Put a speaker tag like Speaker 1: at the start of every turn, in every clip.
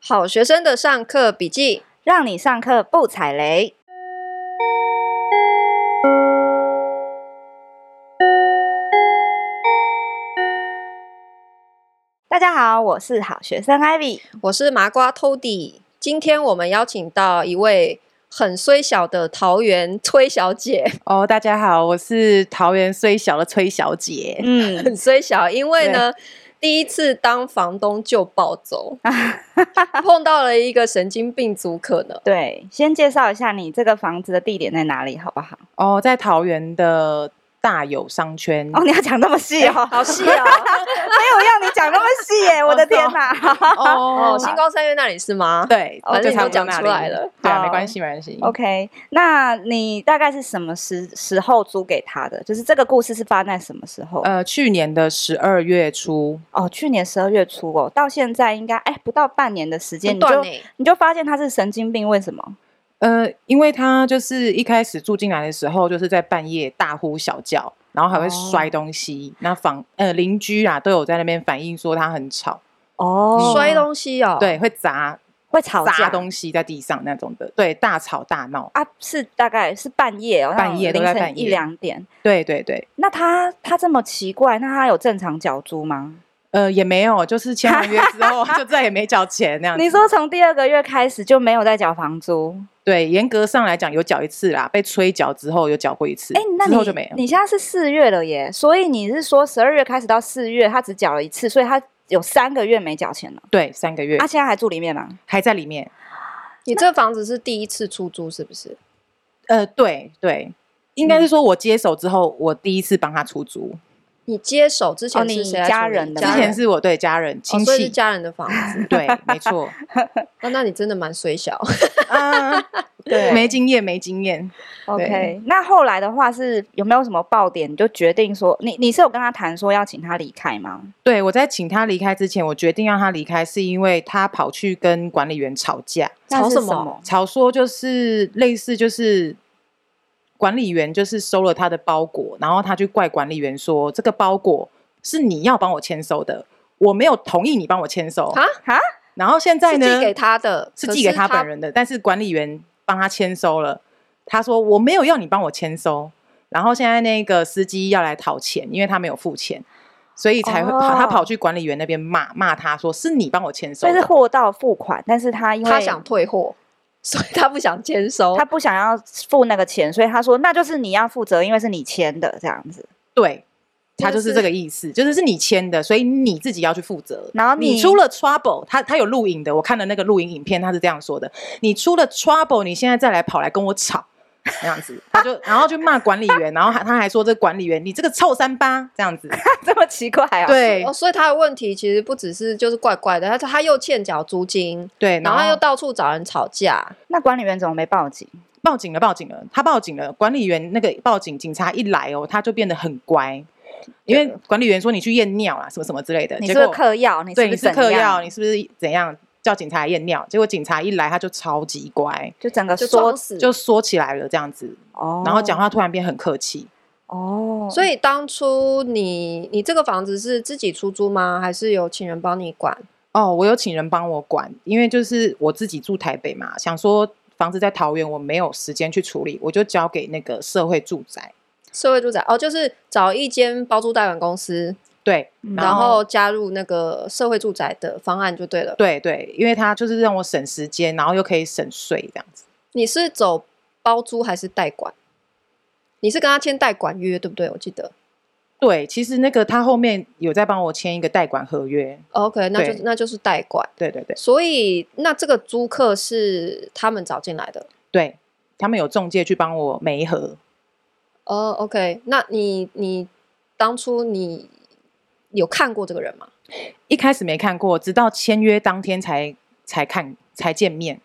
Speaker 1: 好学生的上课笔记，
Speaker 2: 让你上课不踩雷。大家好，我是好学生 Ivy。
Speaker 1: 我是麻瓜 Tody。今天我们邀请到一位很虽小的桃园崔小姐，
Speaker 3: 哦，大家好，我是桃园虽小的崔小姐。
Speaker 2: 嗯，
Speaker 1: 很虽小，因为呢，第一次当房东就暴走，碰到了一个神经病族可能。
Speaker 2: 对，先介绍一下你这个房子的地点在哪里，好不好？
Speaker 3: 哦，在桃园的大有商圈。
Speaker 2: 哦，你要讲那么细哦，
Speaker 1: 好细啊！
Speaker 2: 没有要你讲那么细耶，我的天哪！
Speaker 1: 哦，
Speaker 3: 哦
Speaker 1: 星光三月那里是吗？
Speaker 3: 对，
Speaker 1: 反正
Speaker 3: 就
Speaker 1: 你
Speaker 3: 差
Speaker 1: 都
Speaker 3: 不多
Speaker 1: 讲
Speaker 3: 那
Speaker 1: 出
Speaker 3: 里
Speaker 1: 来了
Speaker 3: 对啊，
Speaker 2: 好哦
Speaker 3: 没关系，没关系。
Speaker 2: OK，那你大概是什么时时候租给他的？就是这个故事是发生在什么时候？
Speaker 3: 呃，去年的十二月初，
Speaker 2: 哦，去年十二月初哦，到现在应该哎不到半年的时间，
Speaker 1: 不
Speaker 2: 你
Speaker 1: 断
Speaker 2: 就
Speaker 1: 欸
Speaker 2: 你就发现他是神经病，为什么？
Speaker 3: 呃，因为他就是一开始住进来的时候，就是在半夜大呼小叫，然后还会摔东西。那房呃邻居啊都有在那边反映说他很吵，
Speaker 2: 哦
Speaker 1: 摔东西哦，
Speaker 3: 对，会砸
Speaker 2: 会吵
Speaker 3: 砸
Speaker 2: 架
Speaker 3: 东西在地上那种的，对，大吵大闹，
Speaker 2: 啊，是大概是半夜哦，
Speaker 3: 半夜
Speaker 2: 那种
Speaker 3: 都在
Speaker 2: 凌晨
Speaker 3: 半夜
Speaker 2: 一两点。
Speaker 3: 对对对。
Speaker 2: 那他他这么奇怪，那他有正常缴租吗？
Speaker 3: 呃，也没有，就是签完约 之后就再也没缴钱那样子。
Speaker 2: 你说从第二个月开始就没有再缴房租？
Speaker 3: 对，严格上来讲有缴一次啦，被催缴之后有缴过一次，
Speaker 2: 哎，那
Speaker 3: 之
Speaker 2: 你
Speaker 3: 后就没有。
Speaker 2: 你现在是四月了耶，所以你是说十二月开始到四月，他只缴了一次，所以他有三个月没缴钱了。
Speaker 3: 对，三个月、
Speaker 2: 他、现在还住里面吗？
Speaker 3: 还在里面。
Speaker 1: 你这房子是第一次出租是不是？
Speaker 3: 呃，对对，
Speaker 2: 嗯
Speaker 3: 应该是说我接手之后，我第一次帮他出租，
Speaker 1: 你接手之
Speaker 2: 哦
Speaker 1: 前
Speaker 2: 你
Speaker 1: 是谁来处理？
Speaker 2: 家人的
Speaker 3: 之
Speaker 1: 家
Speaker 3: 前是我对家人亲
Speaker 1: 哦所以
Speaker 3: 戚
Speaker 1: 是，家人的房子。
Speaker 3: 对，没 错，
Speaker 1: 那那你真的蛮水小，
Speaker 3: 啊，
Speaker 2: 对
Speaker 3: 没经验，没经验。
Speaker 2: OK，那后来的话是有没有什么爆点？你就决定说，你你是有跟他谈说要请他离开吗？
Speaker 3: 对我在请他离开之前，我决定让他离开，是因为他跑去跟管理员吵架，
Speaker 1: 吵
Speaker 2: 那是
Speaker 1: 什
Speaker 2: 什
Speaker 1: 么
Speaker 2: 么？
Speaker 3: 吵说就是类似就是管理员就是收了他的包裹，然后他去怪管理员说这个包裹是你要帮我签收的，我没有同意你帮我签收
Speaker 1: 啊
Speaker 2: 啊。
Speaker 3: 然后现在
Speaker 1: 是
Speaker 3: 呢
Speaker 1: 寄给他的，
Speaker 3: 是
Speaker 1: 可
Speaker 3: 寄给他
Speaker 1: 他
Speaker 3: 本。人的，但是管理员帮他签收了，他说我没有要你帮我签收，然后现在那个司机要来讨钱，因为他没有付钱。所以才会跑，
Speaker 2: 哦
Speaker 3: 他跑去管理员那边骂骂他说是你帮我签收
Speaker 2: 所以
Speaker 3: 的，
Speaker 2: 是货到付款，但是他因为
Speaker 1: 他想退货，所以他不想签收。
Speaker 2: 他不想要付那个钱，所以他说那就是你要负责，因为是你签的这样子。
Speaker 3: 对，
Speaker 1: 就
Speaker 3: 他就是
Speaker 1: 是
Speaker 3: 这个意思，就是是你签的，所以你自己要去负责。
Speaker 2: 然后
Speaker 3: 你
Speaker 2: 你
Speaker 3: 出了 trouble，他他有录影的，我看了那个录影影片，他是这样说的：你出了 trouble，你现在再来跑来跟我吵，这样子，他就然后就骂管理员，然后他他还说这管理员你这个臭三八这样子，
Speaker 2: 这么奇怪啊、哦？
Speaker 3: 对
Speaker 1: 哦，所以他的问题其实不只是就是怪怪的，他他又欠缴租金，
Speaker 3: 对，
Speaker 1: 然
Speaker 3: 然
Speaker 1: 后他又
Speaker 3: 后
Speaker 1: 到处找人吵架，
Speaker 2: 那管理员怎么没报警？
Speaker 3: 报警了，报警了，他报警了，管理员那个报警，警察一来哦，他就变得很乖，因为管理员说你去验尿啦，什么什么之类的，
Speaker 2: 你
Speaker 3: 结
Speaker 2: 是不是
Speaker 3: 果。
Speaker 2: 嗑药？你
Speaker 3: 对，
Speaker 2: 不
Speaker 3: 你
Speaker 2: 是怎
Speaker 3: 是嗑药，
Speaker 2: 样？
Speaker 3: 你是不是怎样叫警察来验尿？结果警察一来，他就超级乖，
Speaker 2: 就整个
Speaker 1: 就
Speaker 2: 说
Speaker 1: 装死。
Speaker 3: 就缩起来了这样子，
Speaker 2: 哦，
Speaker 3: 然后讲话突然变很客气。
Speaker 2: 哦，
Speaker 1: 所以当初你你这个房子是自己出租吗？还是有请人帮你管？
Speaker 3: 哦，我有请人帮我管，因为就是我自己住台北嘛，想说房子在桃园，我没有时间去处理，我就交给那个社会住宅。
Speaker 1: 社会住宅哦，就是找一间包租代管公司，
Speaker 3: 对，
Speaker 2: 嗯
Speaker 1: 然后加入那个社会住宅的方案就对了。
Speaker 3: 对对，因为他就是让我省时间，然后又可以省税这样子。
Speaker 1: 你是走包租还是代管？你是跟他签代管约对不对？我记得。
Speaker 3: 对，其实那个他后面有在帮我签一个代管合约。
Speaker 1: OK，那就
Speaker 3: 对
Speaker 1: 那就是代管。
Speaker 3: 对对对
Speaker 1: 所以那这个租客是他们找进来的。
Speaker 3: 对，他们有中介去帮我媒合。
Speaker 1: 哦、o k 那你你当初你有看过这个人吗？
Speaker 3: 一开始没看过，直到签约当天才才看才见面。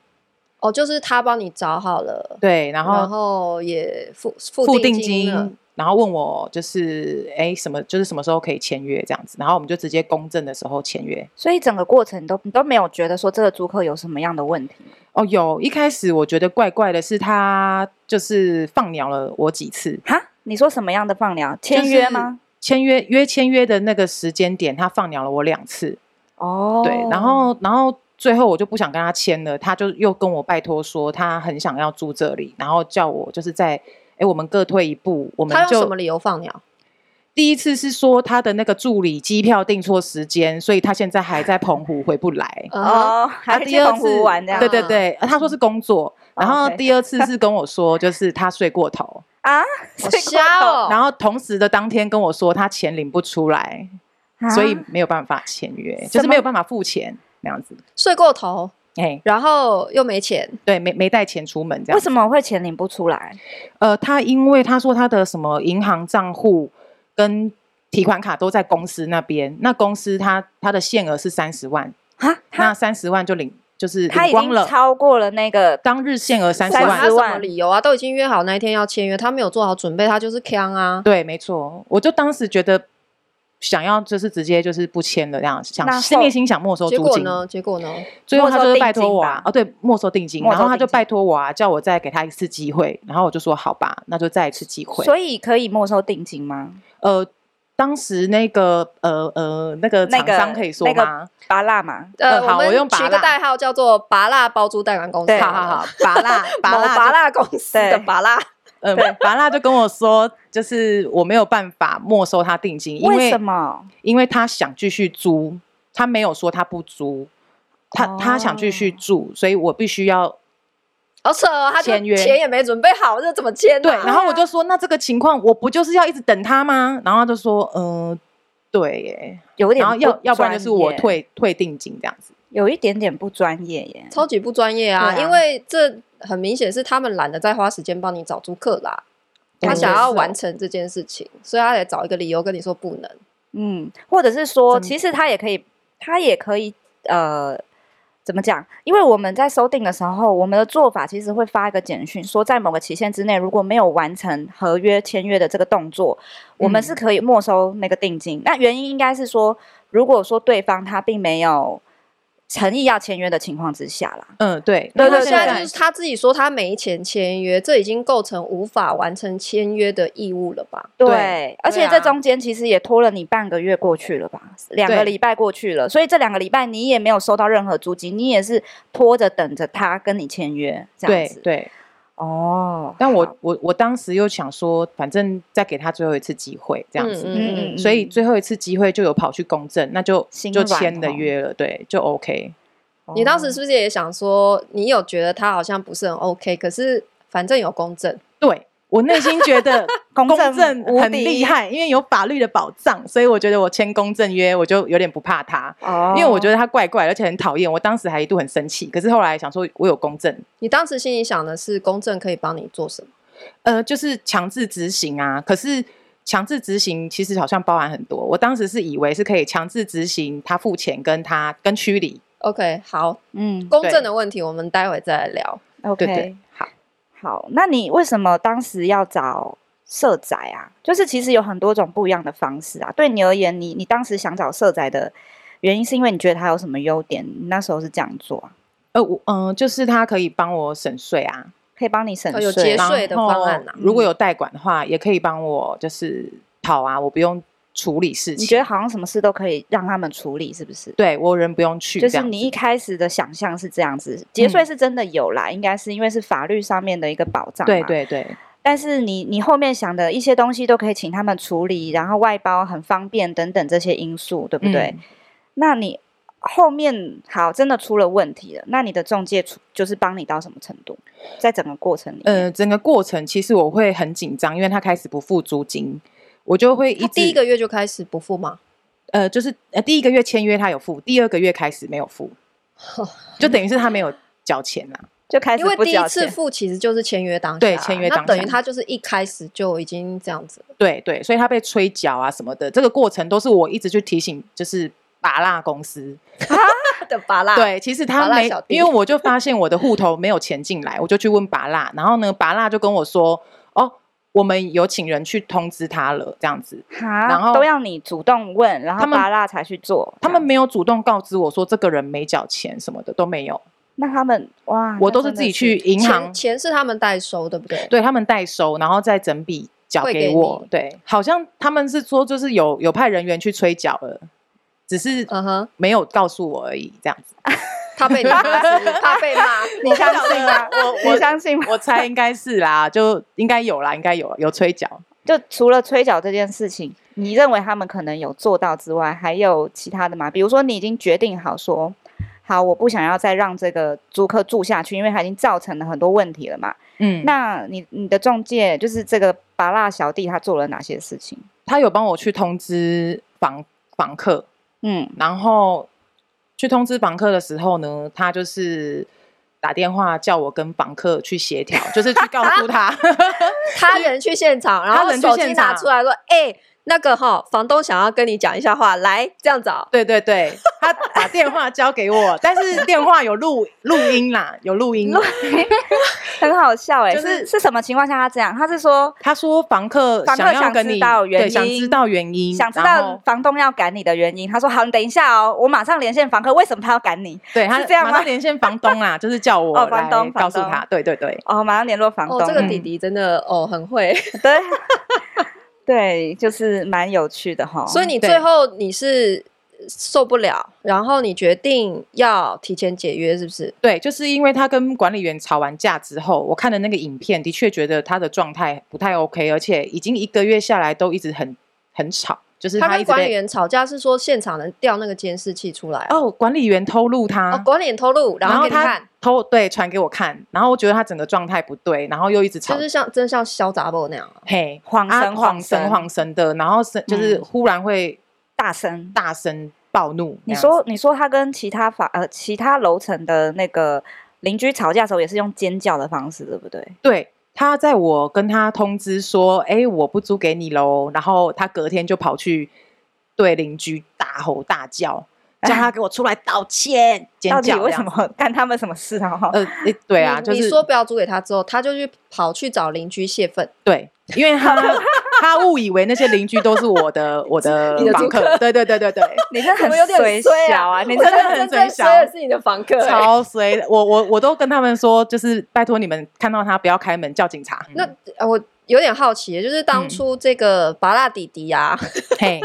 Speaker 1: 哦，就是他帮你找好了，
Speaker 3: 对，然
Speaker 1: 然
Speaker 3: 后
Speaker 1: 后也付付
Speaker 3: 付
Speaker 1: 定
Speaker 3: 定金
Speaker 1: 了，
Speaker 3: 然后问我就是哎什么，就是什么时候可以签约这样子，然后我们就直接公证的时候签约。
Speaker 2: 所以整个过程都你都没有觉得说这个租客有什么样的问题。
Speaker 3: 哦，有一开始我觉得怪怪的是他就是放鸟了我几次，
Speaker 2: 哈，你说什么样的放疗？签约吗？？
Speaker 3: 签约约签约的那个时间点，他放鸟了我两次，
Speaker 2: 哦，
Speaker 3: 对，然后然后最后我就不想跟他签了，他就又跟我拜托说他很想要住这里，然后叫我就是在哎我们各退一步，我们
Speaker 1: 他用什
Speaker 3: 就
Speaker 1: 么理由放鸟？
Speaker 3: 第一次是说他的那个助理机票订错时间，所以他现在还在澎湖回不 来。
Speaker 1: 啊，
Speaker 2: 哦，还
Speaker 3: 啊
Speaker 2: 去澎湖玩这样
Speaker 3: 对对对，啊他说是工作，
Speaker 2: 嗯
Speaker 3: 然后
Speaker 2: OK
Speaker 3: 第二次是跟我说就是他睡 过头，啊
Speaker 2: 啊？
Speaker 1: 好
Speaker 2: 睡过
Speaker 1: 瞎
Speaker 2: 头
Speaker 1: 哦！
Speaker 3: 然后同时的当天跟我说他钱领不出来，
Speaker 2: 啊
Speaker 3: 所以没有办法签约，
Speaker 2: 什
Speaker 3: 就是
Speaker 2: 么
Speaker 3: 没有办法付钱那样子。
Speaker 1: 睡过头，
Speaker 3: 哎，
Speaker 1: 然后又没钱，
Speaker 3: 对，没没带钱出门这样
Speaker 2: 为。什么会钱领不出来？
Speaker 3: 呃，他因为他说他的什么银行账户跟提款卡都在公司那边，那公司他他的限额是三十万，
Speaker 2: 啊，
Speaker 3: 那
Speaker 2: 他
Speaker 3: 三十万就领就是
Speaker 2: 他
Speaker 3: 领
Speaker 2: 已
Speaker 3: 光
Speaker 2: 经
Speaker 3: 了，
Speaker 2: 超过了那个
Speaker 3: 当日限额三十
Speaker 1: 管
Speaker 2: 30
Speaker 1: 他
Speaker 3: 万
Speaker 1: 什。
Speaker 2: 万
Speaker 1: 么理由啊？都已经约好那一天要签约，他没有做好准备，他就是坑啊。
Speaker 3: 对，没错，我就当时觉得想要就是直接就是不签了这样，想
Speaker 2: 那
Speaker 3: 心
Speaker 2: 后
Speaker 3: 里心想没收
Speaker 1: 结
Speaker 3: 租
Speaker 1: 果
Speaker 3: 金。
Speaker 1: 呢？结果呢？
Speaker 3: 最后
Speaker 2: 没
Speaker 3: 他
Speaker 2: 收
Speaker 3: 就是
Speaker 2: 定
Speaker 3: 拜托
Speaker 2: 金
Speaker 3: 我
Speaker 2: 吧
Speaker 3: 啊，哦对，没收定金，
Speaker 2: 没
Speaker 3: 然
Speaker 2: 收
Speaker 3: 后他就
Speaker 2: 定金
Speaker 3: 拜托我啊，叫我再给他一次机会，然后我就说好吧，那就再一次机会。
Speaker 2: 所以可以没收定金吗？
Speaker 3: 呃，当时那个呃呃那个
Speaker 2: 那
Speaker 3: 厂
Speaker 2: 个
Speaker 3: 商可以说
Speaker 2: 那个
Speaker 3: 吗？
Speaker 2: 拔蜡嘛，
Speaker 1: 呃，
Speaker 3: 呃好
Speaker 1: 们
Speaker 3: 我用拔
Speaker 1: 取
Speaker 3: 蜡
Speaker 1: 个代号叫做“拔蜡包租代管公司”。
Speaker 2: 对
Speaker 3: 好好好，拔蜡拔
Speaker 1: 某
Speaker 3: 蜡
Speaker 1: 拔
Speaker 3: 就，
Speaker 1: 蜡公司的
Speaker 2: 对
Speaker 1: 拔蜡，
Speaker 3: 呃，拔蜡就跟我说，就是我没有办法没收他定金，因
Speaker 2: 为
Speaker 3: 为
Speaker 2: 什么？
Speaker 3: 因为他想继续租，他没有说他不租，他、他想继续
Speaker 2: 哦
Speaker 3: 住，所以我必须要
Speaker 1: 好扯哦！他就
Speaker 3: 签约
Speaker 1: 钱也没准备好，这怎么签啊？
Speaker 3: 对，然后我就说，那这个情况我不就是要一直等他吗？然后他就说，嗯、对耶，
Speaker 2: 有点
Speaker 3: 然后要要不然
Speaker 2: 专
Speaker 3: 就是我
Speaker 2: 业，
Speaker 3: 退退定金这样子。
Speaker 2: 有一点点不专业耶。
Speaker 1: 超级不专业啊！
Speaker 2: 对啊
Speaker 1: 因为这很明显是他们懒得再花时间帮你找租客啦，他
Speaker 3: 感觉
Speaker 1: 想要
Speaker 3: 是哦
Speaker 1: 完成这件事情，所以他得找一个理由跟你说不能。
Speaker 2: 嗯，或者是说，
Speaker 3: 真的
Speaker 2: 其实他也可以，他也可以，呃，怎么讲？因为我们在收订的时候，我们的做法其实会发一个简讯，说在某个期限之内，如果没有完成合约签约的这个动作，我们是可以没收那个定金。那原因应该是说，如果说对方他并没有诚意要签约的情况之下啦，
Speaker 3: 嗯，对，
Speaker 2: 对
Speaker 3: 那
Speaker 1: 那
Speaker 3: 他
Speaker 1: 现
Speaker 2: 对
Speaker 3: 现
Speaker 1: 在
Speaker 3: 在
Speaker 1: 就是他自己说他没钱签约，这已经构成无法完成签约的义务了吧？
Speaker 2: 对，
Speaker 3: 对
Speaker 2: 而且
Speaker 3: 啊
Speaker 2: 这中间其实也拖了你半个月过去了吧，两个
Speaker 3: 对
Speaker 2: 礼拜过去了，所以这两个礼拜你也没有收到任何租金，你也是拖着等着他跟你签约这样
Speaker 3: 对
Speaker 2: 子。
Speaker 3: 对，
Speaker 2: 哦，
Speaker 3: 但
Speaker 2: 好
Speaker 3: 我我我当时又想说，反正再给他最后一次机会这样子。
Speaker 1: 嗯嗯
Speaker 3: 所以最后一次机会就有跑去公证，那就
Speaker 2: 心
Speaker 3: 就
Speaker 2: 软
Speaker 3: 签了
Speaker 2: 哦
Speaker 3: 约了，对，就 OK。哦
Speaker 1: 你当时是不是也想说，你有觉得他好像不是很 OK？可是反正有公证，
Speaker 3: 对我内心觉得
Speaker 2: 公
Speaker 3: 公
Speaker 2: 证
Speaker 3: 证
Speaker 2: 无
Speaker 3: 很
Speaker 2: 敌
Speaker 3: 厉害，因为有法律的保障，所以我觉得我签公证约，我就有点不怕他，
Speaker 2: 哦，
Speaker 3: 因为我觉得他怪怪，而且很讨厌。我当时还一度很生气，可是后来想说，我有公证，
Speaker 1: 你当时心里想的是公证可以帮你做什么？
Speaker 3: 呃，就是强制执行啊。可是强制执行其实好像包含很多，我当时是以为是可以强制执行，他付钱跟他跟驱离，
Speaker 1: OK，好，
Speaker 2: 嗯
Speaker 1: 公证的问题我们待会再来聊。
Speaker 2: ，OK，
Speaker 3: 对对，好。
Speaker 2: 好，那你为什么当时要找社宅啊？就是其实有很多种不一样的方式啊。对你而言，你你当时想找社宅的原因，是因为你觉得他有什么优点？你那时候是这样做啊，
Speaker 3: 呃，我嗯、呃就是他可以帮我省税啊，
Speaker 2: 可以帮你省
Speaker 1: 哦有
Speaker 2: 税
Speaker 1: 节
Speaker 2: 吗，
Speaker 1: 税的方案啊
Speaker 3: 然后如果
Speaker 2: 嗯
Speaker 3: 有代管的话，也可以帮我就是跑啊，我不用处理事情。
Speaker 2: 你觉得好像什么事都可以让他们处理，是不是？
Speaker 3: 对我人不用去，
Speaker 2: 就
Speaker 3: 这
Speaker 2: 是
Speaker 3: 样
Speaker 2: 你
Speaker 3: 子嗯
Speaker 2: 一开始的想象是这样子，节税是真的有啦，应该是因为是法律上面的一个保障。
Speaker 3: 对。对对
Speaker 2: 但是你你后面想的一些东西都可以请他们处理，然后外包很方便等等这些因素，对不对？
Speaker 3: 嗯
Speaker 2: 那你后面好真的出了问题了，那你的中介出就是帮你到什么程度？在整个过程里面，
Speaker 3: 呃，整个过程其实我会很紧张，因为他开始不付租金，我就会一
Speaker 1: 他第一
Speaker 3: 直
Speaker 1: 个月就开始不付吗？
Speaker 3: 呃，就是呃第一个月签约他有付，第二个月开始没有付，
Speaker 1: 哦
Speaker 3: 就等于是他没有缴钱啊啦、
Speaker 2: 就开始
Speaker 1: 因为
Speaker 2: 不
Speaker 1: 第
Speaker 2: 缴
Speaker 1: 一次
Speaker 2: 钱
Speaker 1: 付其实就是签约当下啊，
Speaker 3: 对签约当下
Speaker 1: 那等于他就是一开始就已经这样子了。
Speaker 3: 对对，所以他被催缴啊什么的，这个过程都是我一直去提醒，就是拔蜡公司，
Speaker 1: 的拔蜡，
Speaker 3: 对，其实
Speaker 1: 啊拔
Speaker 3: 他
Speaker 1: 蜡
Speaker 3: 没
Speaker 1: 小，弟
Speaker 3: 因为我就发现我的户头没有钱进来，我就去问拔蜡，然后呢，拔蜡就跟我说，哦，我们有请人去通知他了，这样子，
Speaker 2: 哈，
Speaker 3: 然后
Speaker 2: 都要你主动问，然后
Speaker 3: 他们
Speaker 2: 巴拉才去做。
Speaker 3: 他们
Speaker 1: 嗯
Speaker 2: 这样
Speaker 3: 没有主动告知我说这个人没缴钱什么的都没有，
Speaker 1: 啊
Speaker 2: 那他们哇，
Speaker 3: 我
Speaker 2: 那
Speaker 3: 都
Speaker 2: 真的
Speaker 3: 是自己去银行
Speaker 1: 钱钱是他们代收，对不对？
Speaker 3: 对他们代收，然后再整笔缴
Speaker 1: 汇给
Speaker 3: 给我
Speaker 1: 你。
Speaker 3: 对，好像他们是说就是有有派人员去催缴了，只是
Speaker 1: 嗯哼，
Speaker 3: 没有告诉我而已，这样子。
Speaker 1: 他被你通 知，他被骂，
Speaker 2: 你相信吗？
Speaker 1: 啊
Speaker 3: 我
Speaker 2: 你
Speaker 3: 我
Speaker 2: 相信吗？
Speaker 3: 我猜应该是啦，就应该有啦，应该有有催缴。
Speaker 2: 就除了催缴这件事情，你认为他们可能有做到之外，还有其他的吗？比如说，你已经决定好说，好，我不想要再让这个租客住下去，因为他已经造成了很多问题了嘛。
Speaker 3: 嗯
Speaker 2: 那你你的中介就是这个拔蜡小弟，他做了哪些事情？
Speaker 3: 他有帮我去通知房房客，
Speaker 2: 嗯，
Speaker 3: 然后去通知房客的时候呢，他就是打电话叫我跟房客去协调，就是去告诉他，
Speaker 1: 他人去现场，然后
Speaker 3: 人去
Speaker 1: 手机
Speaker 3: 现场
Speaker 1: 拿出来说：“哎、那个哈，房东想要跟你讲一下话，来这样哦找。
Speaker 3: 对对对，他把电话交给我，但是电话有录录音啦，有录音。
Speaker 2: 很好笑哎、
Speaker 3: 就是是
Speaker 2: 是什么情况下他这样？他是说
Speaker 3: 他说房客
Speaker 2: 房客
Speaker 3: 想要
Speaker 2: 想
Speaker 3: 跟
Speaker 2: 知
Speaker 3: 你
Speaker 2: 道原
Speaker 3: 对，想
Speaker 2: 因
Speaker 3: 知道原因，
Speaker 2: 想知
Speaker 3: 然
Speaker 2: 道
Speaker 3: 后
Speaker 2: 房东要赶你的原因。他说好，你等一下哦，我马上连线房客，为什么他要赶你？
Speaker 3: 对他
Speaker 2: 是这样吗
Speaker 3: 马上连线房东啦，就是叫我
Speaker 2: 哦房
Speaker 3: 来
Speaker 2: 东
Speaker 3: 告诉
Speaker 2: 房东
Speaker 3: 他，对对对，
Speaker 2: 哦，马上联络房东。
Speaker 1: 哦，这个
Speaker 2: 嗯
Speaker 1: 弟弟真的哦很会，
Speaker 3: 嗯
Speaker 2: 对，对，就是蛮有趣的哈。
Speaker 1: 所以你
Speaker 3: 对
Speaker 1: 最后你是受不了，然后你决定要提前解约，是不是？
Speaker 3: 对，就是因为他跟管理员吵完架之后，我看了那个影片，的确觉得他的状态不太 OK，而且已经一个月下来都一直很很吵，就是
Speaker 1: 他
Speaker 3: 他一
Speaker 1: 跟
Speaker 3: 直
Speaker 1: 管理
Speaker 3: 被
Speaker 1: 员吵架是说现场能调那个监视器出来啊、
Speaker 3: 哦，管理员偷录他，
Speaker 1: 哦，管理员偷录，然后给你
Speaker 3: 啊他
Speaker 1: 看，
Speaker 3: 偷对传给我看，然后我觉得他整个状态不对，然后又一直吵
Speaker 1: 就，是像真的像肖杂宝那样啊。
Speaker 3: 嘿，
Speaker 2: 晃
Speaker 3: 啊
Speaker 2: 神晃
Speaker 3: 晃
Speaker 2: 神
Speaker 3: 神晃神的，然后是就是
Speaker 2: 嗯
Speaker 3: 忽然会
Speaker 2: 大声，
Speaker 3: 大声暴怒，
Speaker 2: 你
Speaker 3: 那样
Speaker 2: 说
Speaker 3: 子
Speaker 2: 你说他跟其他房呃其他楼层的那个邻居吵架的时候，也是用尖叫的方式，对不对？
Speaker 3: 对。他在我跟他通知说，哎、我不租给你喽。然后他隔天就跑去对邻居大吼大叫，叫他给我出来道歉、尖
Speaker 2: 到底
Speaker 3: 叫。
Speaker 2: 为什？么干他们什么事啊？
Speaker 3: 呃，诶对啊，
Speaker 1: 你
Speaker 3: 就是
Speaker 1: 你说不要租给他之后，他就去跑去找邻居泄愤。
Speaker 3: 对，因 为他他误以为那些邻居都是我的我的
Speaker 1: 你的
Speaker 3: 房
Speaker 1: 租
Speaker 3: 客，对对对对 对，
Speaker 2: 你真的
Speaker 1: 我
Speaker 2: 很
Speaker 1: 有点
Speaker 2: 水
Speaker 1: 衰
Speaker 2: 小啊！你
Speaker 1: 我
Speaker 2: 真的
Speaker 3: 很
Speaker 1: 真
Speaker 3: 衰
Speaker 1: 正
Speaker 3: 小
Speaker 1: 衰的是你的房客、欸，
Speaker 3: 超衰的。我我我都跟他们说，就是拜托你们看到他不要开门，叫警察。
Speaker 1: 那呃我有点好奇，就是当
Speaker 3: 嗯
Speaker 1: 初这个拔蜡弟弟啊，
Speaker 3: 嘿，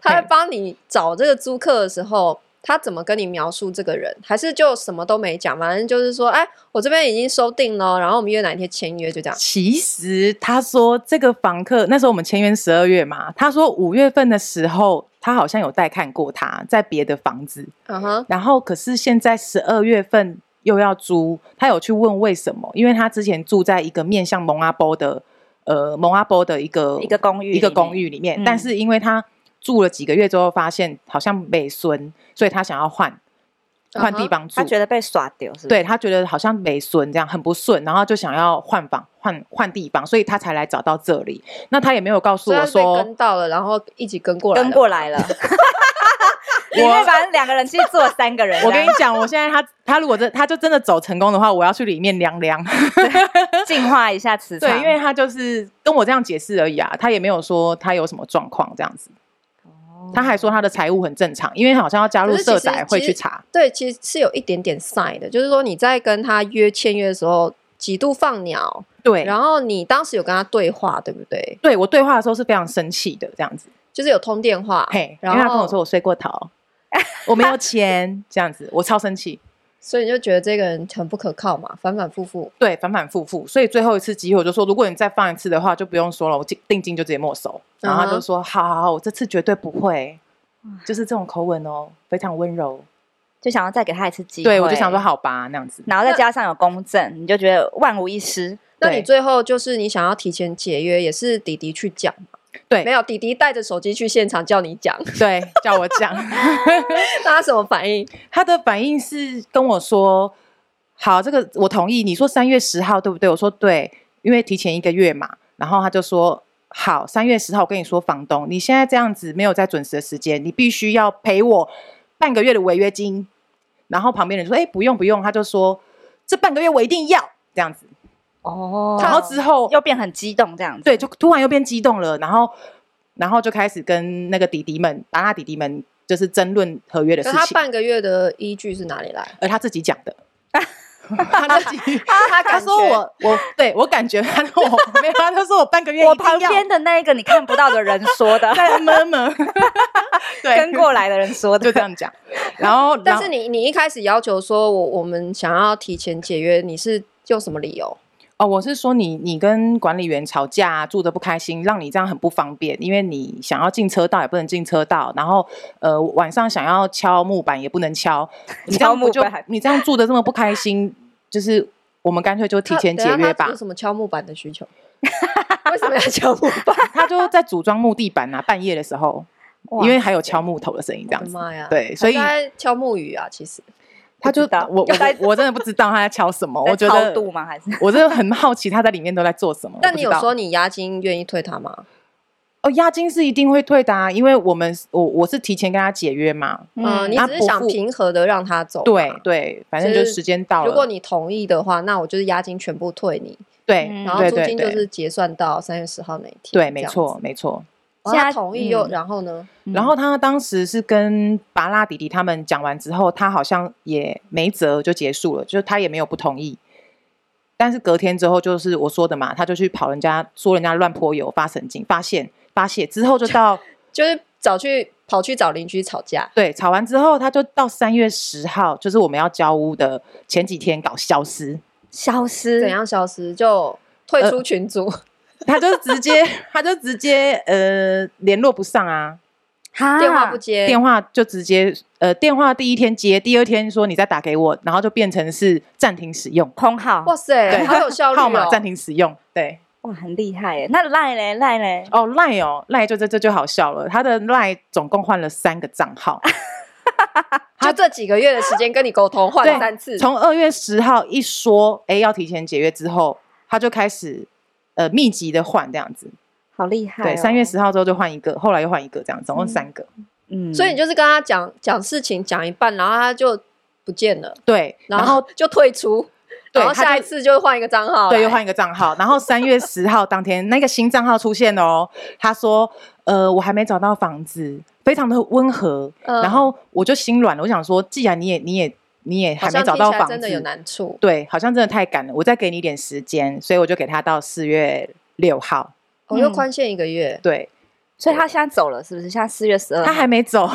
Speaker 1: 他在帮你找这个租客的时候，他怎么跟你描述这个人？还是就什么都没讲？反正就是说，哎，我这边已经收定了，然后我们约哪一天签约，就这样。
Speaker 3: 其实他说这个房客那时候我们签约十二月嘛，他说五月份的时候他好像有带看过他在别的房子，
Speaker 1: 嗯哼，
Speaker 3: 然后可是现在十二月份又要租，他有去问为什么，因为他之前住在一个面向蒙阿波的呃蒙阿波的一个
Speaker 2: 一个公寓
Speaker 3: 一个
Speaker 2: 里面
Speaker 3: 公寓里面，
Speaker 2: 嗯
Speaker 3: 但是因为他住了几个月之后发现好像美孙，所以他想要换换地方住，
Speaker 2: 嗯他觉得被耍丢，是不是？
Speaker 3: 对他觉得好像没顺，这样很不顺，然后就想要换房、换换地方，所以他才来找到这里。那他也没有告诉
Speaker 1: 所以
Speaker 3: 我
Speaker 1: 他是被
Speaker 3: 说
Speaker 1: 跟，到了，然后一起跟过来，
Speaker 2: 跟过。来 了。因为反正两个人其实坐三个人，
Speaker 3: 我跟你讲，我现在他他如果这他就真的走成功的话，我要去里面量量。
Speaker 2: 净化一下磁场。
Speaker 3: 对，因为他就是跟我这样解释而已啊，他也没有说他有什么状况这样子。他
Speaker 2: 哦
Speaker 3: 还说他的财务很正常，因为好像要加入
Speaker 1: 嗯可是其实
Speaker 3: 社宅会去查。
Speaker 1: 对，其实是有一点点 sign 的，就是说你在跟他约签约的时候，几度放鸟，
Speaker 3: 对，
Speaker 1: 然后你当时有跟他对话，对不对？
Speaker 3: 对我对话的时候是非常生气的这样子。
Speaker 1: 就是有通电话，
Speaker 3: 嘿，因
Speaker 1: 然
Speaker 3: 为
Speaker 1: 后
Speaker 3: 他跟我说我睡过头， 我没有钱这样子，我超生气。
Speaker 1: 所以你就觉得这个人很不可靠嘛，反反复复。
Speaker 3: 对，反反复复，所以最后一次机会我就说，如果你再放一次的话，就不用说了，我定定金就直接没收。然后
Speaker 1: 嗯
Speaker 3: 他就
Speaker 1: 哼
Speaker 3: 说：“好好好，我这次绝对不会。”就是这种口吻哦，非常温柔。
Speaker 2: 就想要再给他一次机会。
Speaker 3: 对，我就想说，好吧，那样子。
Speaker 2: 然后再加上有公证，你就觉得万无一失。
Speaker 1: 那
Speaker 3: 对
Speaker 1: 你最后就是你想要提前解约，也是弟弟去讲嘛？
Speaker 3: 对
Speaker 1: 没有弟弟带着手机去现场叫你 讲，
Speaker 3: 对，叫我 讲，
Speaker 1: 那他什么反应？
Speaker 3: 他的反应是跟我说：“好，这个我同意。”你说三月十号对不对？我说对，因为提前一个月嘛。然后他就说：“好，三月十号，我跟你说，房东，你现在这样子没有在准时的时间，你必须要赔我半个月的违约金。”然后旁边人说：“哎、不用不用。”他就说：“这半个月我一定要这样子。”
Speaker 2: 哦
Speaker 3: 然后之后
Speaker 2: 又变很激动这样子。
Speaker 3: 对，就突然又变激动了，然后然后就开始跟那个弟弟们、达拉弟弟们就是争论合约的
Speaker 1: 可
Speaker 3: 事
Speaker 1: 是他
Speaker 3: 情，
Speaker 1: 半个月的依据是哪里来？
Speaker 3: 而他自己讲的。他那集
Speaker 1: 他
Speaker 3: 他
Speaker 1: 感
Speaker 3: 说
Speaker 1: 觉
Speaker 3: 我我对我感觉他说我没有，他说我半个月
Speaker 2: 我
Speaker 3: 一定
Speaker 2: 旁
Speaker 3: 要，
Speaker 2: 边的那一个你看不到的人说的
Speaker 3: 在闷闷， 对，
Speaker 2: 跟过来的人说的
Speaker 3: 就。这样讲。然后，然
Speaker 1: 但
Speaker 3: 后
Speaker 1: 是你你一开始要求说我我们想要提前解约，你是用什么理由？
Speaker 3: 哦，我是说你你跟管理员吵架、住的不开心，让你这样很不方便，因为你想要进车道也不能进车道，然后呃晚上想要敲木板也不能敲，你这
Speaker 2: 敲
Speaker 3: 样不
Speaker 2: 木
Speaker 3: 就
Speaker 2: 板
Speaker 3: 你这样住的这么不开心，就是我们干脆就提
Speaker 1: 他
Speaker 3: 前
Speaker 1: 等
Speaker 3: 解
Speaker 1: 一下
Speaker 3: 约
Speaker 1: 他
Speaker 3: 吧
Speaker 1: 有。什么敲木板的需 求？为什么要敲木板？
Speaker 3: 他就在组装木地板啊，半夜的时候，
Speaker 2: 哇
Speaker 3: 因为还有敲木头的声音这
Speaker 1: 我
Speaker 3: 样
Speaker 1: 的
Speaker 3: 子。
Speaker 1: 妈呀！
Speaker 3: 对，所以
Speaker 1: 啊他在敲木鱼啊，其实
Speaker 3: 他就
Speaker 2: 不知道
Speaker 3: 我
Speaker 2: 又在
Speaker 3: 我我真的不知道他在敲什么，我
Speaker 2: 在
Speaker 3: 觉
Speaker 2: 超
Speaker 3: 得
Speaker 2: 度吗？还是
Speaker 3: 我真的很好奇他在里面都在做什么。我
Speaker 1: 但
Speaker 3: 不
Speaker 1: 你
Speaker 3: 知
Speaker 1: 有
Speaker 3: 道
Speaker 1: 说你押金愿意退他吗？
Speaker 3: 哦，押金是一定会退的、啊，因为我们我我是提前跟他解约嘛。
Speaker 1: 嗯，你
Speaker 3: 他
Speaker 1: 只是
Speaker 3: 不
Speaker 1: 想
Speaker 3: 付
Speaker 1: 平和的让他走吧。
Speaker 3: 对对，反正
Speaker 1: 哦就
Speaker 3: 就是时间到了。
Speaker 1: 如果你同意的话，那我就是押金全部退你，
Speaker 3: 对，
Speaker 2: 嗯
Speaker 1: 然后
Speaker 3: 对
Speaker 1: 租
Speaker 3: 对
Speaker 1: 金就
Speaker 3: 对
Speaker 1: 是结算到三月十号那一天。
Speaker 3: 对，没
Speaker 1: 这样
Speaker 3: 错
Speaker 1: 子。
Speaker 3: 没错。
Speaker 1: 然后他
Speaker 2: 现在
Speaker 1: 同意又
Speaker 2: 嗯
Speaker 1: 然后呢？
Speaker 3: 然后他当时是跟拔拉弟弟他们讲完之后，他好像也没辙就结束了，就是他也没有不同意。但是隔天之后，就是我说的嘛，他就去跑人家说人家乱泼油、发神经、发现发泄之后，就到，
Speaker 1: 就是找去跑去找邻居吵架
Speaker 3: 对吵完之后，他就到三月十号，就是我们要交屋的前几天搞消失。
Speaker 2: 消失
Speaker 1: 怎？样消失就
Speaker 3: 呃
Speaker 1: 退出群组，
Speaker 2: 啊
Speaker 3: 他就直接， 他就直接呃联络不上啊，
Speaker 2: 哈
Speaker 1: 电话不接，
Speaker 3: 电话就直接呃电话第一天接，第二天说你再打给我，然后就变成是暂停使用，
Speaker 2: 空号，
Speaker 1: 哇塞，
Speaker 3: 对
Speaker 1: 好有效率
Speaker 3: 号码
Speaker 1: 哦！
Speaker 3: 暂停使用，对
Speaker 2: 哇，很厉害耶！那赖嘞，赖嘞，
Speaker 3: 哦赖哦赖就这这就好笑了，他的赖总共换了三个账号，
Speaker 1: 就这几个月的时间跟你沟通，换
Speaker 3: 对
Speaker 1: 了三次，
Speaker 3: 从二月十号一说哎要提前解约之后，他就开始。呃，密集的换这样子，
Speaker 2: 好厉害哦！
Speaker 3: 对，三月十号之后就换一个，后来又换一个，这样总共
Speaker 2: 嗯
Speaker 3: 三个。
Speaker 2: 嗯，
Speaker 1: 所以你就是跟他讲讲事情讲一半，然后他就不见了，
Speaker 3: 对，
Speaker 1: 然
Speaker 3: 然后
Speaker 1: 后就退 出，
Speaker 3: 对
Speaker 1: 然后
Speaker 3: 他
Speaker 1: 下一
Speaker 3: 就
Speaker 1: 次就换一个账号来，
Speaker 3: 对，又换一个账号。然后三月十号当天，那个新账号出现了哦，他说：“呃，我还没找到房子，非常的温和。
Speaker 1: 嗯
Speaker 3: 然后我就心软了，我想说，既然你也你也你也
Speaker 1: 好
Speaker 3: 还没
Speaker 1: 像
Speaker 3: 找
Speaker 1: 听
Speaker 3: 到
Speaker 1: 起来
Speaker 3: 房
Speaker 1: 真的有
Speaker 3: 子，
Speaker 1: 难处，
Speaker 3: 对，好像真的太赶了，我再给你一点时间，所以我就给他到四月六号。
Speaker 1: 我哦又
Speaker 2: 嗯
Speaker 1: 宽限一个月，
Speaker 3: 对
Speaker 2: 所以他现在走了，是不是？现在四月
Speaker 1: 嗯
Speaker 2: 十二，
Speaker 3: 他还没走，
Speaker 1: 哦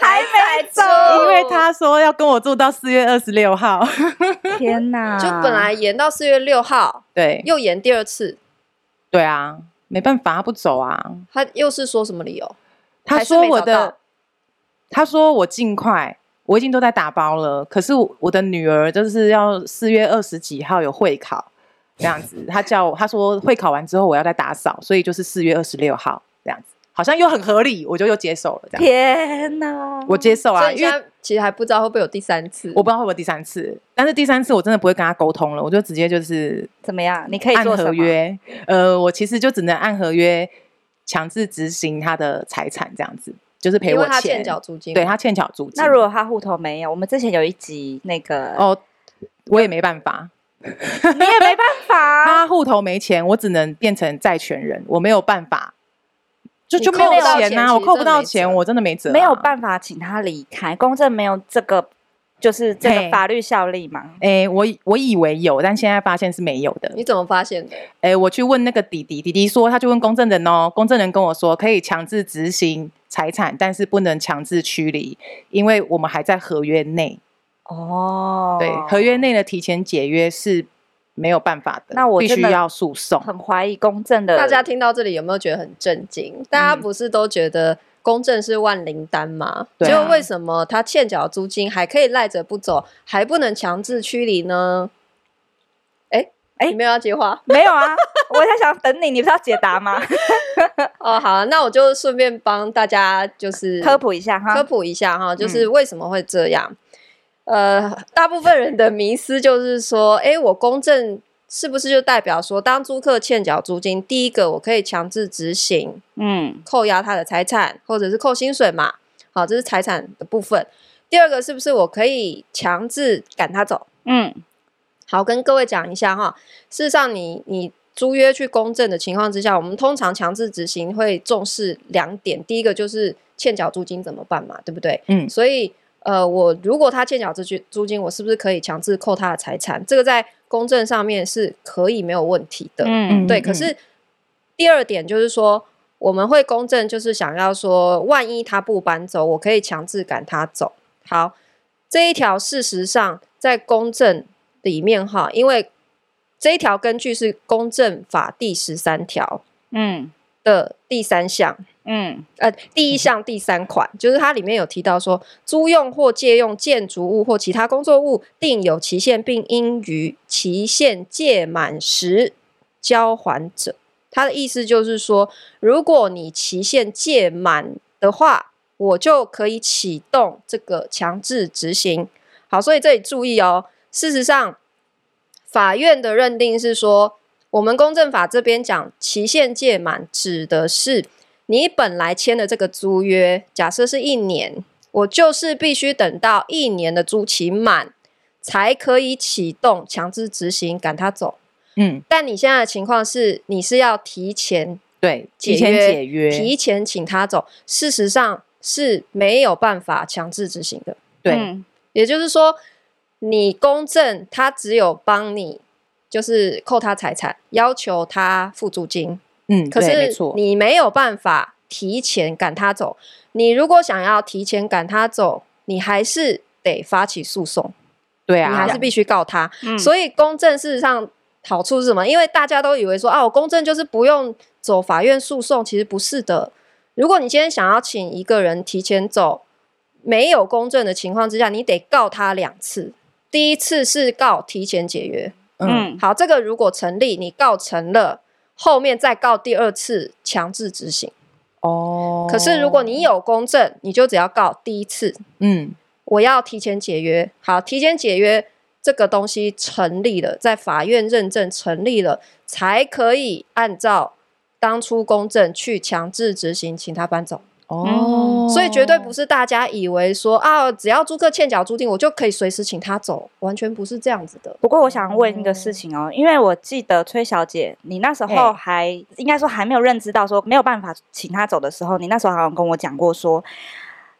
Speaker 2: 还没走，
Speaker 3: 因为他说要跟我住到四月二十六号。
Speaker 2: 天哪！
Speaker 1: 就本来延到四月六号，
Speaker 3: 对，
Speaker 1: 又延第二次，
Speaker 3: 对啊，没办法，他不走啊。
Speaker 1: 他又是说什么理由？
Speaker 3: 他
Speaker 1: 还是
Speaker 3: 说
Speaker 1: 没
Speaker 3: 我
Speaker 1: 找
Speaker 3: 的
Speaker 1: 到，
Speaker 3: 他说我尽快，我已经都在打包了。可是我我的女儿就是要四月二十几号有会考，这样子。他叫我，他说会考完之后我要再打扫，所以就是四月二十六号这样子，好像又很合理，我就又接受了这样。
Speaker 2: 天哪！
Speaker 3: 我接受
Speaker 1: 所
Speaker 3: 啊，
Speaker 1: 以你
Speaker 3: 因
Speaker 1: 现
Speaker 3: 为
Speaker 1: 在其实还不知道会不会有第三次，
Speaker 3: 我不知道会不会第三次，但是第三次我真的不会跟他沟通了，我就直接就是
Speaker 2: 怎么样？你可以
Speaker 3: 按
Speaker 2: 做什
Speaker 3: 合
Speaker 2: 么？
Speaker 3: 约。呃，我其实就只能按合约强制执行他的财产这样子，就是赔
Speaker 1: 因
Speaker 3: 我
Speaker 1: 为他欠
Speaker 3: 钱。
Speaker 1: 缴租金，
Speaker 3: 对他欠缴租金。
Speaker 2: 那如果他户头没有，我们之前有一集那个，
Speaker 3: 哦，我也没办法，
Speaker 2: 你也没办 法啊，
Speaker 3: 他户头没钱，我只能变成债权人，我没有办法，就
Speaker 1: 你
Speaker 3: 就没
Speaker 1: 扣
Speaker 3: 有
Speaker 1: 不到
Speaker 3: 钱
Speaker 1: 钱
Speaker 3: 呐、
Speaker 1: 其
Speaker 3: 我
Speaker 1: 实
Speaker 3: 扣
Speaker 1: 真
Speaker 3: 不
Speaker 1: 的
Speaker 3: 到
Speaker 1: 没
Speaker 3: 钱，
Speaker 1: 辙
Speaker 3: 我真的没辙、
Speaker 2: 没有。办法请他离开，公证没有这个，就是这
Speaker 3: 嘿
Speaker 2: 个法律效力嘛。
Speaker 3: 哎、我以我以为有，但现在发现是没有的。
Speaker 1: 你怎么发现的？
Speaker 3: 哎、我去问那个弟弟，弟弟说他去问公证人哦，公证人跟我说可以强制执行财产，但是不能强制驱离，因为我们还在合约内。
Speaker 2: 哦，
Speaker 3: 对，合约内的提前解约是没有办法的，
Speaker 2: 那我
Speaker 3: 必
Speaker 2: 真
Speaker 3: 须
Speaker 2: 的
Speaker 3: 要诉讼。
Speaker 2: 很怀疑公证
Speaker 3: 呃
Speaker 2: 的
Speaker 1: 大家听到这里有没有觉得很震惊？大
Speaker 3: 嗯
Speaker 1: 家不是都觉得公证是万灵丹吗？
Speaker 3: 对
Speaker 1: 就
Speaker 3: 啊
Speaker 1: 为什么他欠缴租金还可以赖着不走，还不能强制驱离呢？哎
Speaker 2: 哎
Speaker 1: 你没有要接话
Speaker 2: 没有啊？我在想等你，你不是要解答吗？
Speaker 1: 哦。好啊，那我就顺便帮大家就是
Speaker 2: 科普一下哈，
Speaker 1: 科普一下哈，就是为什么会这样。呃，大部分人的迷思就是说，诶，我公证是不是就代表说，当租客欠缴租金，第一个我可以强制执行
Speaker 2: 嗯，
Speaker 1: 扣押他的财产，或者是扣薪水嘛？好，这是财产的部分。第二个是不是我可以强制赶他走？
Speaker 2: 嗯
Speaker 1: 好，跟各位讲一下哈。事实上你，你租约去公证的情况之下，我们通常强制执行会重视两点，第一个就是欠缴租金怎么办嘛，对不对？
Speaker 3: 嗯
Speaker 1: 所以呃，我如果他欠缴这句租金，我是不是可以强制扣他的财产？这个在公证上面是可以没有问题的。
Speaker 2: 嗯
Speaker 1: 对，可是第二点就是说，我们会公证，就是想要说，万一他不搬走，我可以强制赶他走。好，这一条事实上在公证里面哈，因为这一条根据是公证法第十三条
Speaker 2: 嗯
Speaker 1: 的第三项，
Speaker 2: 嗯
Speaker 1: 呃，第一项第三款，就是它里面有提到说，租用或借用建筑物或其他工作物，定有期限，并应于期限届满时交还者。它的意思就是说，如果你期限届满的话，我就可以启动这个强制执行。好，所以这里注意哦，事实上，法院的认定是说，我们公证法这边讲期限届满，指的是你本来签的这个租约，假设是一年，我就是必须等到一年的租期满，才可以启动强制执行赶他走。
Speaker 3: 嗯，
Speaker 1: 但你现在的情况是，你是要提前
Speaker 3: 对，
Speaker 1: 解
Speaker 3: 提前
Speaker 1: 约
Speaker 3: 解约，
Speaker 1: 提前请他走，事实上是没有办法强制执行的。
Speaker 3: 对，
Speaker 2: 嗯
Speaker 1: 也就是说，你公证他只有帮你就是扣他财产，要求他付租金，
Speaker 3: 嗯，
Speaker 1: 可
Speaker 3: 对没
Speaker 1: 是
Speaker 3: 错，
Speaker 1: 你没有办法提前赶他走。你如果想要提前赶他走，你还是得发起诉讼，
Speaker 3: 对
Speaker 1: 你还
Speaker 3: 啊
Speaker 1: 是，必须告他。
Speaker 2: 嗯
Speaker 1: 所以公证事实上好处是什么？因为大家都以为说啊，我公证就是不用走法院诉讼，其实不是的。如果你今天想要请一个人提前走，没有公证的情况之下，你得告他两次。第一次是告提前解约，
Speaker 3: 嗯，
Speaker 2: 嗯
Speaker 1: 好，这个如果成立，你告成了，后面再告第二次强制执行。
Speaker 3: 哦，
Speaker 1: 可是如果你有公证，你就只要告第一次，
Speaker 3: 嗯
Speaker 1: 我要提前解约。好，提前解约这个东西成立了，在法院认证成立了，才可以按照当初公证去强制执行，请他搬走。
Speaker 3: 哦，
Speaker 1: 嗯所以绝对不是大家以为说啊，只要租客欠缴租金，我就可以随时请他走，完全不是这样子的。
Speaker 2: 不过我想问一个
Speaker 1: 嗯
Speaker 2: 事情哦，因为我记得崔小姐，你那时候
Speaker 3: 嘿
Speaker 2: 还应该说还没有认知到说没有办法请她走的时候，你那时候好像跟我讲过说，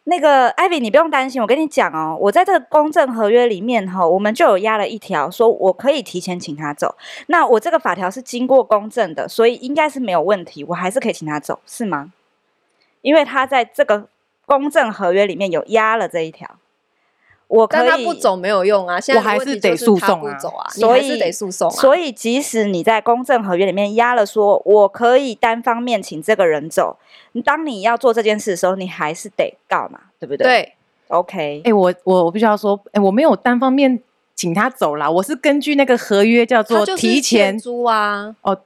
Speaker 2: 那个艾比你不用担心，我跟你讲哦，我在这个公证合约里面哈、我们就有压了一条，说我可以提前请她走。那我这个法条是经过公证的，所以应该是没有问题，我还是可以请她走，是吗？因为她在这个公证合约里面有压了这一条，我可
Speaker 1: 但
Speaker 2: 以
Speaker 1: 他不走没有用啊，现在
Speaker 3: 我
Speaker 1: 的
Speaker 3: 还
Speaker 1: 问题
Speaker 3: 是得
Speaker 1: 就
Speaker 3: 诉
Speaker 1: 他
Speaker 3: 讼
Speaker 1: 不
Speaker 3: 啊
Speaker 1: 走啊，你
Speaker 2: 所
Speaker 1: 还
Speaker 2: 以
Speaker 1: 是得诉讼啊。
Speaker 2: 所以，即使你在公证合约里面压了说我可以单方面请这个人走，当你要做这件事的时候，你还是得告嘛，对不对？
Speaker 1: 对，
Speaker 2: ，OK，
Speaker 3: 哎、我我我必须要说，哎、我没有单方面请他走啦，我是根据那个合约叫
Speaker 1: 他
Speaker 3: 做
Speaker 1: 就是
Speaker 3: 提前
Speaker 1: 欠，租啊，
Speaker 3: 哦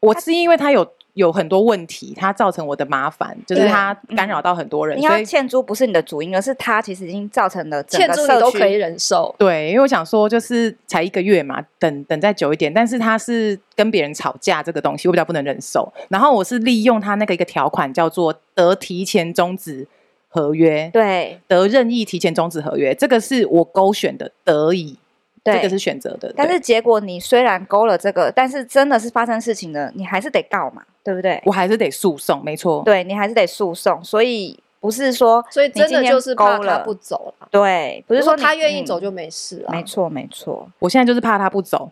Speaker 3: 我是因为他有有很多问题，他造成我的麻烦，就是
Speaker 1: 对
Speaker 3: 他
Speaker 2: 嗯
Speaker 3: 干扰到很多人，
Speaker 2: 因
Speaker 3: 所
Speaker 2: 为
Speaker 3: 以
Speaker 2: 欠租不是你的主因，而是他其实已经造成了整
Speaker 1: 欠
Speaker 2: 个
Speaker 1: 租
Speaker 2: 社
Speaker 1: 你都
Speaker 2: 区
Speaker 1: 可以忍受。
Speaker 3: 对，因为我想说就是才一个月嘛，等等再久一点，但是他是跟别人吵架这个东西，我比较不能忍受。然后我是利用他那个一个条款叫做得提前终止合约，
Speaker 2: 对
Speaker 3: 得任意提前终止合约，这个是我勾选的得以，
Speaker 2: 对，
Speaker 3: 这个是选择的，
Speaker 2: 但
Speaker 3: 对
Speaker 2: 是结果你虽然勾了这个，但是真的是发生事情了，你还是得告嘛，对不对？
Speaker 3: 我还是得诉讼，没错，
Speaker 2: 对你还是得诉讼，所以不是说
Speaker 1: 所以
Speaker 2: 你
Speaker 1: 真
Speaker 2: 今
Speaker 1: 的
Speaker 2: 天
Speaker 1: 就是怕
Speaker 2: 勾
Speaker 1: 他
Speaker 2: 了
Speaker 1: 不走啦。
Speaker 2: 对，不
Speaker 1: 不
Speaker 2: 是说你
Speaker 1: 他愿意
Speaker 2: 嗯
Speaker 1: 走就没事啊。
Speaker 2: 没错没错。
Speaker 3: 我现在就是怕他不走。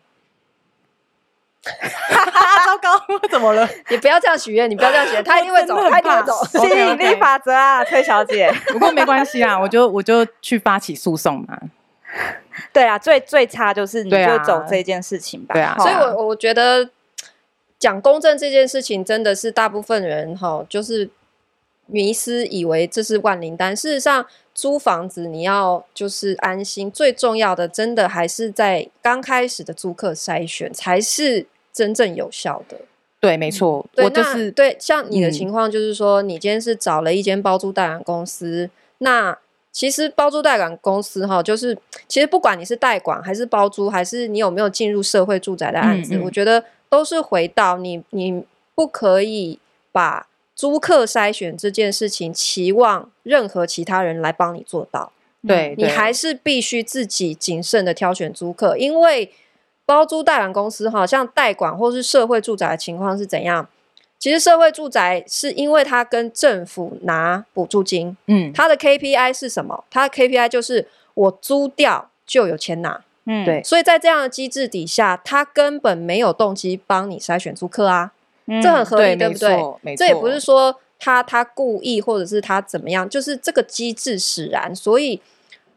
Speaker 3: 糟糕，怎么了？
Speaker 1: 你不要这样许愿，你不要这样许 愿，他一定会走，他一定会走。
Speaker 2: 吸
Speaker 3: OK，OK
Speaker 2: 引力法则啊，崔小姐。
Speaker 3: 不过没关系啊， 我就我就去发起诉讼嘛。
Speaker 2: 对啊，最最差就是你
Speaker 3: 对啊
Speaker 2: 就走这件事情吧。
Speaker 3: 对啊
Speaker 2: 齁
Speaker 1: 所以我我觉得讲公正这件事情，真的是大部分人哈，就是迷失以为这是万灵丹。事实上，租房子你要就是安心，最重要的真的还是在刚开始的租客筛选才是真正有效的。
Speaker 3: 对，没错，
Speaker 1: 嗯对，
Speaker 3: 我就
Speaker 1: 那
Speaker 3: 是
Speaker 1: 对，像你的
Speaker 3: 嗯
Speaker 1: 情况就是说，你今天是找了一间包租代管公司，那其实包租代管公司哈，就是其实不管你是代管还是包租，还是你有没有进入社会住宅的案子，
Speaker 3: 嗯嗯
Speaker 1: 我觉得都是回到你你不可以把租客筛选这件事情期望任何其他人来帮你做到。
Speaker 2: 嗯
Speaker 3: 对，
Speaker 1: 你
Speaker 3: 对
Speaker 1: 还是必须自己谨慎的挑选租客，因为包租代管公司哈，像代管或是社会住宅的情况是怎样？其实社会住宅是因为它跟政府拿补助金，
Speaker 3: 嗯，
Speaker 1: 它的 KPI 是什么？它的 KPI 就是我租掉就有钱拿，
Speaker 2: 嗯，
Speaker 3: 对
Speaker 1: 所以在这样的机制底下，它根本没有动机帮你筛选租客啊，
Speaker 2: 嗯
Speaker 1: 这很合理，对
Speaker 3: 对，没
Speaker 1: 不对？
Speaker 3: 错，没错，
Speaker 1: 这也不是说他他故意或者是他怎么样，就是这个机制使然。所以，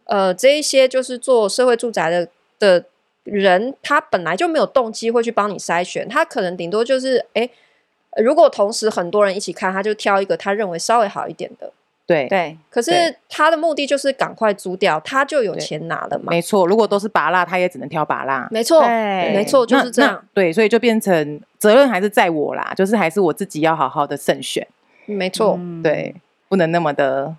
Speaker 1: 呃，这一些就是做社会住宅的的人，他本来就没有动机会去帮你筛选，他可能顶多就是哎。呃如果同时很多人一起看，他就挑一个他认为稍微好一点的。
Speaker 3: 对，
Speaker 2: 对，
Speaker 1: 可是
Speaker 3: 对
Speaker 1: 他的目的就是赶快租掉，他就有
Speaker 3: 对
Speaker 1: 钱拿了嘛。
Speaker 3: 没错。如果都是拔蜡，他也只能挑拔蜡。哎
Speaker 1: 没错，
Speaker 2: 对
Speaker 1: 没错，就
Speaker 3: 那
Speaker 1: 是这样，。
Speaker 3: 那对，所以就变成责任还是在我啦，就是还是我自己要好好的慎选，
Speaker 1: 没错。
Speaker 2: 嗯，
Speaker 3: 对，不能那么的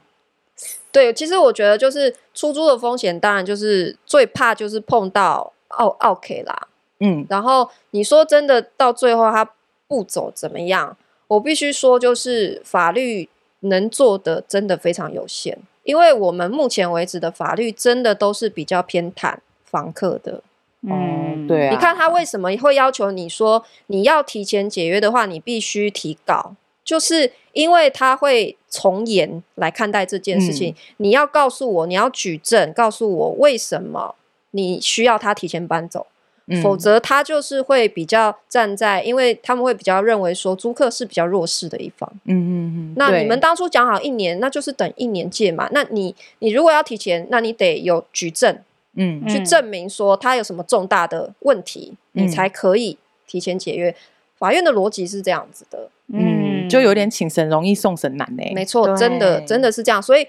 Speaker 1: 对，其实我觉得就是出租的风险，当然就是最怕就是碰到奥奥 K 啦。
Speaker 3: 嗯
Speaker 1: 然后你说真的到最后他不走怎么样？我必须说，就是法律能做的真的非常有限，因为我们目前为止的法律真的都是比较偏袒房客的。
Speaker 3: 嗯对啊
Speaker 1: 你看他为什么会要求你说你要提前解约的话，你必须提告，就是因为他会从严来看待这件事情。
Speaker 3: 嗯
Speaker 1: 你要告诉我，你要举证，告诉我为什么你需要他提前搬走，
Speaker 3: 嗯
Speaker 1: 否则他就是会比较站在，因为他们会比较认为说租客是比较弱势的一方。
Speaker 3: 嗯嗯嗯，
Speaker 1: 那你
Speaker 3: 对
Speaker 1: 们当初讲好一年，那就是等一年借嘛。那你你如果要提前，那你得有举证，
Speaker 3: 嗯
Speaker 1: 去
Speaker 2: 嗯
Speaker 1: 证明说他有什么重大的问题，你
Speaker 3: 嗯
Speaker 1: 才可以提前解约。法院的逻辑是这样子的，
Speaker 3: 嗯，就有点请神容易送神难呢、
Speaker 1: 没错，真的
Speaker 2: 对
Speaker 1: 真的是这样。所以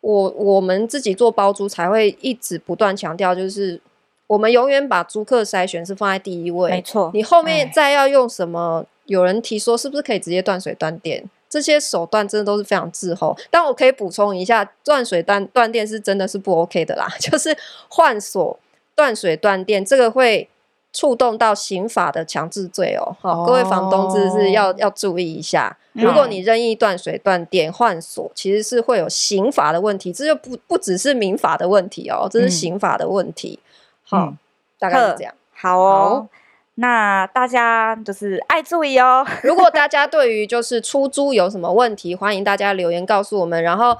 Speaker 1: 我我们自己做包租才会一直不断强调，就是我们永远把租客筛选是放在第一
Speaker 2: 没
Speaker 1: 位，
Speaker 2: 错，
Speaker 1: 你后面
Speaker 3: 哎
Speaker 1: 再要用什么？有人提说是不是可以直接断水断电？这些手段真的都是非常滞后，但我可以补充一下，断水断断电是真的是不 OK 的啦， 就是换锁、断水断电，这个会触动到刑法的强制罪哦。好、各位房东真的是要、
Speaker 3: 哦
Speaker 1: 要注意一下，
Speaker 2: 嗯
Speaker 1: 如果你任意断水断电、换锁，其实是会有刑法的问题，这就不不只是民法的问题哦，这是
Speaker 3: 嗯
Speaker 1: 刑法的问题。好，
Speaker 3: 嗯
Speaker 1: 大概是
Speaker 2: 呵
Speaker 1: 这样。
Speaker 2: 好哦。那大家就是爱注意哦，
Speaker 1: 如果大家对于就是出租有什么问题，欢迎大家留言告诉我们，然后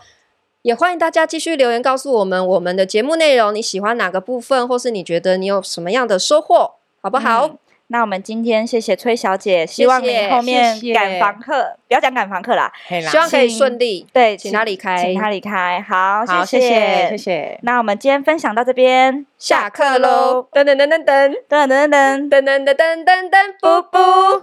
Speaker 1: 也欢迎大家继续留言告诉我们我们的节目内容，你喜欢哪个部分，或是你觉得你有什么样的收获，好不好？
Speaker 2: 嗯那我们今天谢谢崔小姐，希
Speaker 1: 谢
Speaker 2: 望你
Speaker 1: 谢
Speaker 2: 后面
Speaker 3: 谢谢
Speaker 2: 赶房客，不要讲赶房客啦，
Speaker 3: 嘿啦
Speaker 1: 希望可以
Speaker 2: 请
Speaker 1: 顺利。
Speaker 2: 对，
Speaker 1: 请他离开
Speaker 2: 请他离开。好，
Speaker 3: 好，谢谢
Speaker 2: 谢
Speaker 3: 谢。谢，
Speaker 2: 那我们今天分享到这边，
Speaker 1: 下课喽！！噔噔噔噔噔
Speaker 2: 噔噔噔
Speaker 1: 噔
Speaker 2: 噔。
Speaker 1: 噔噔噔噔噔，不不。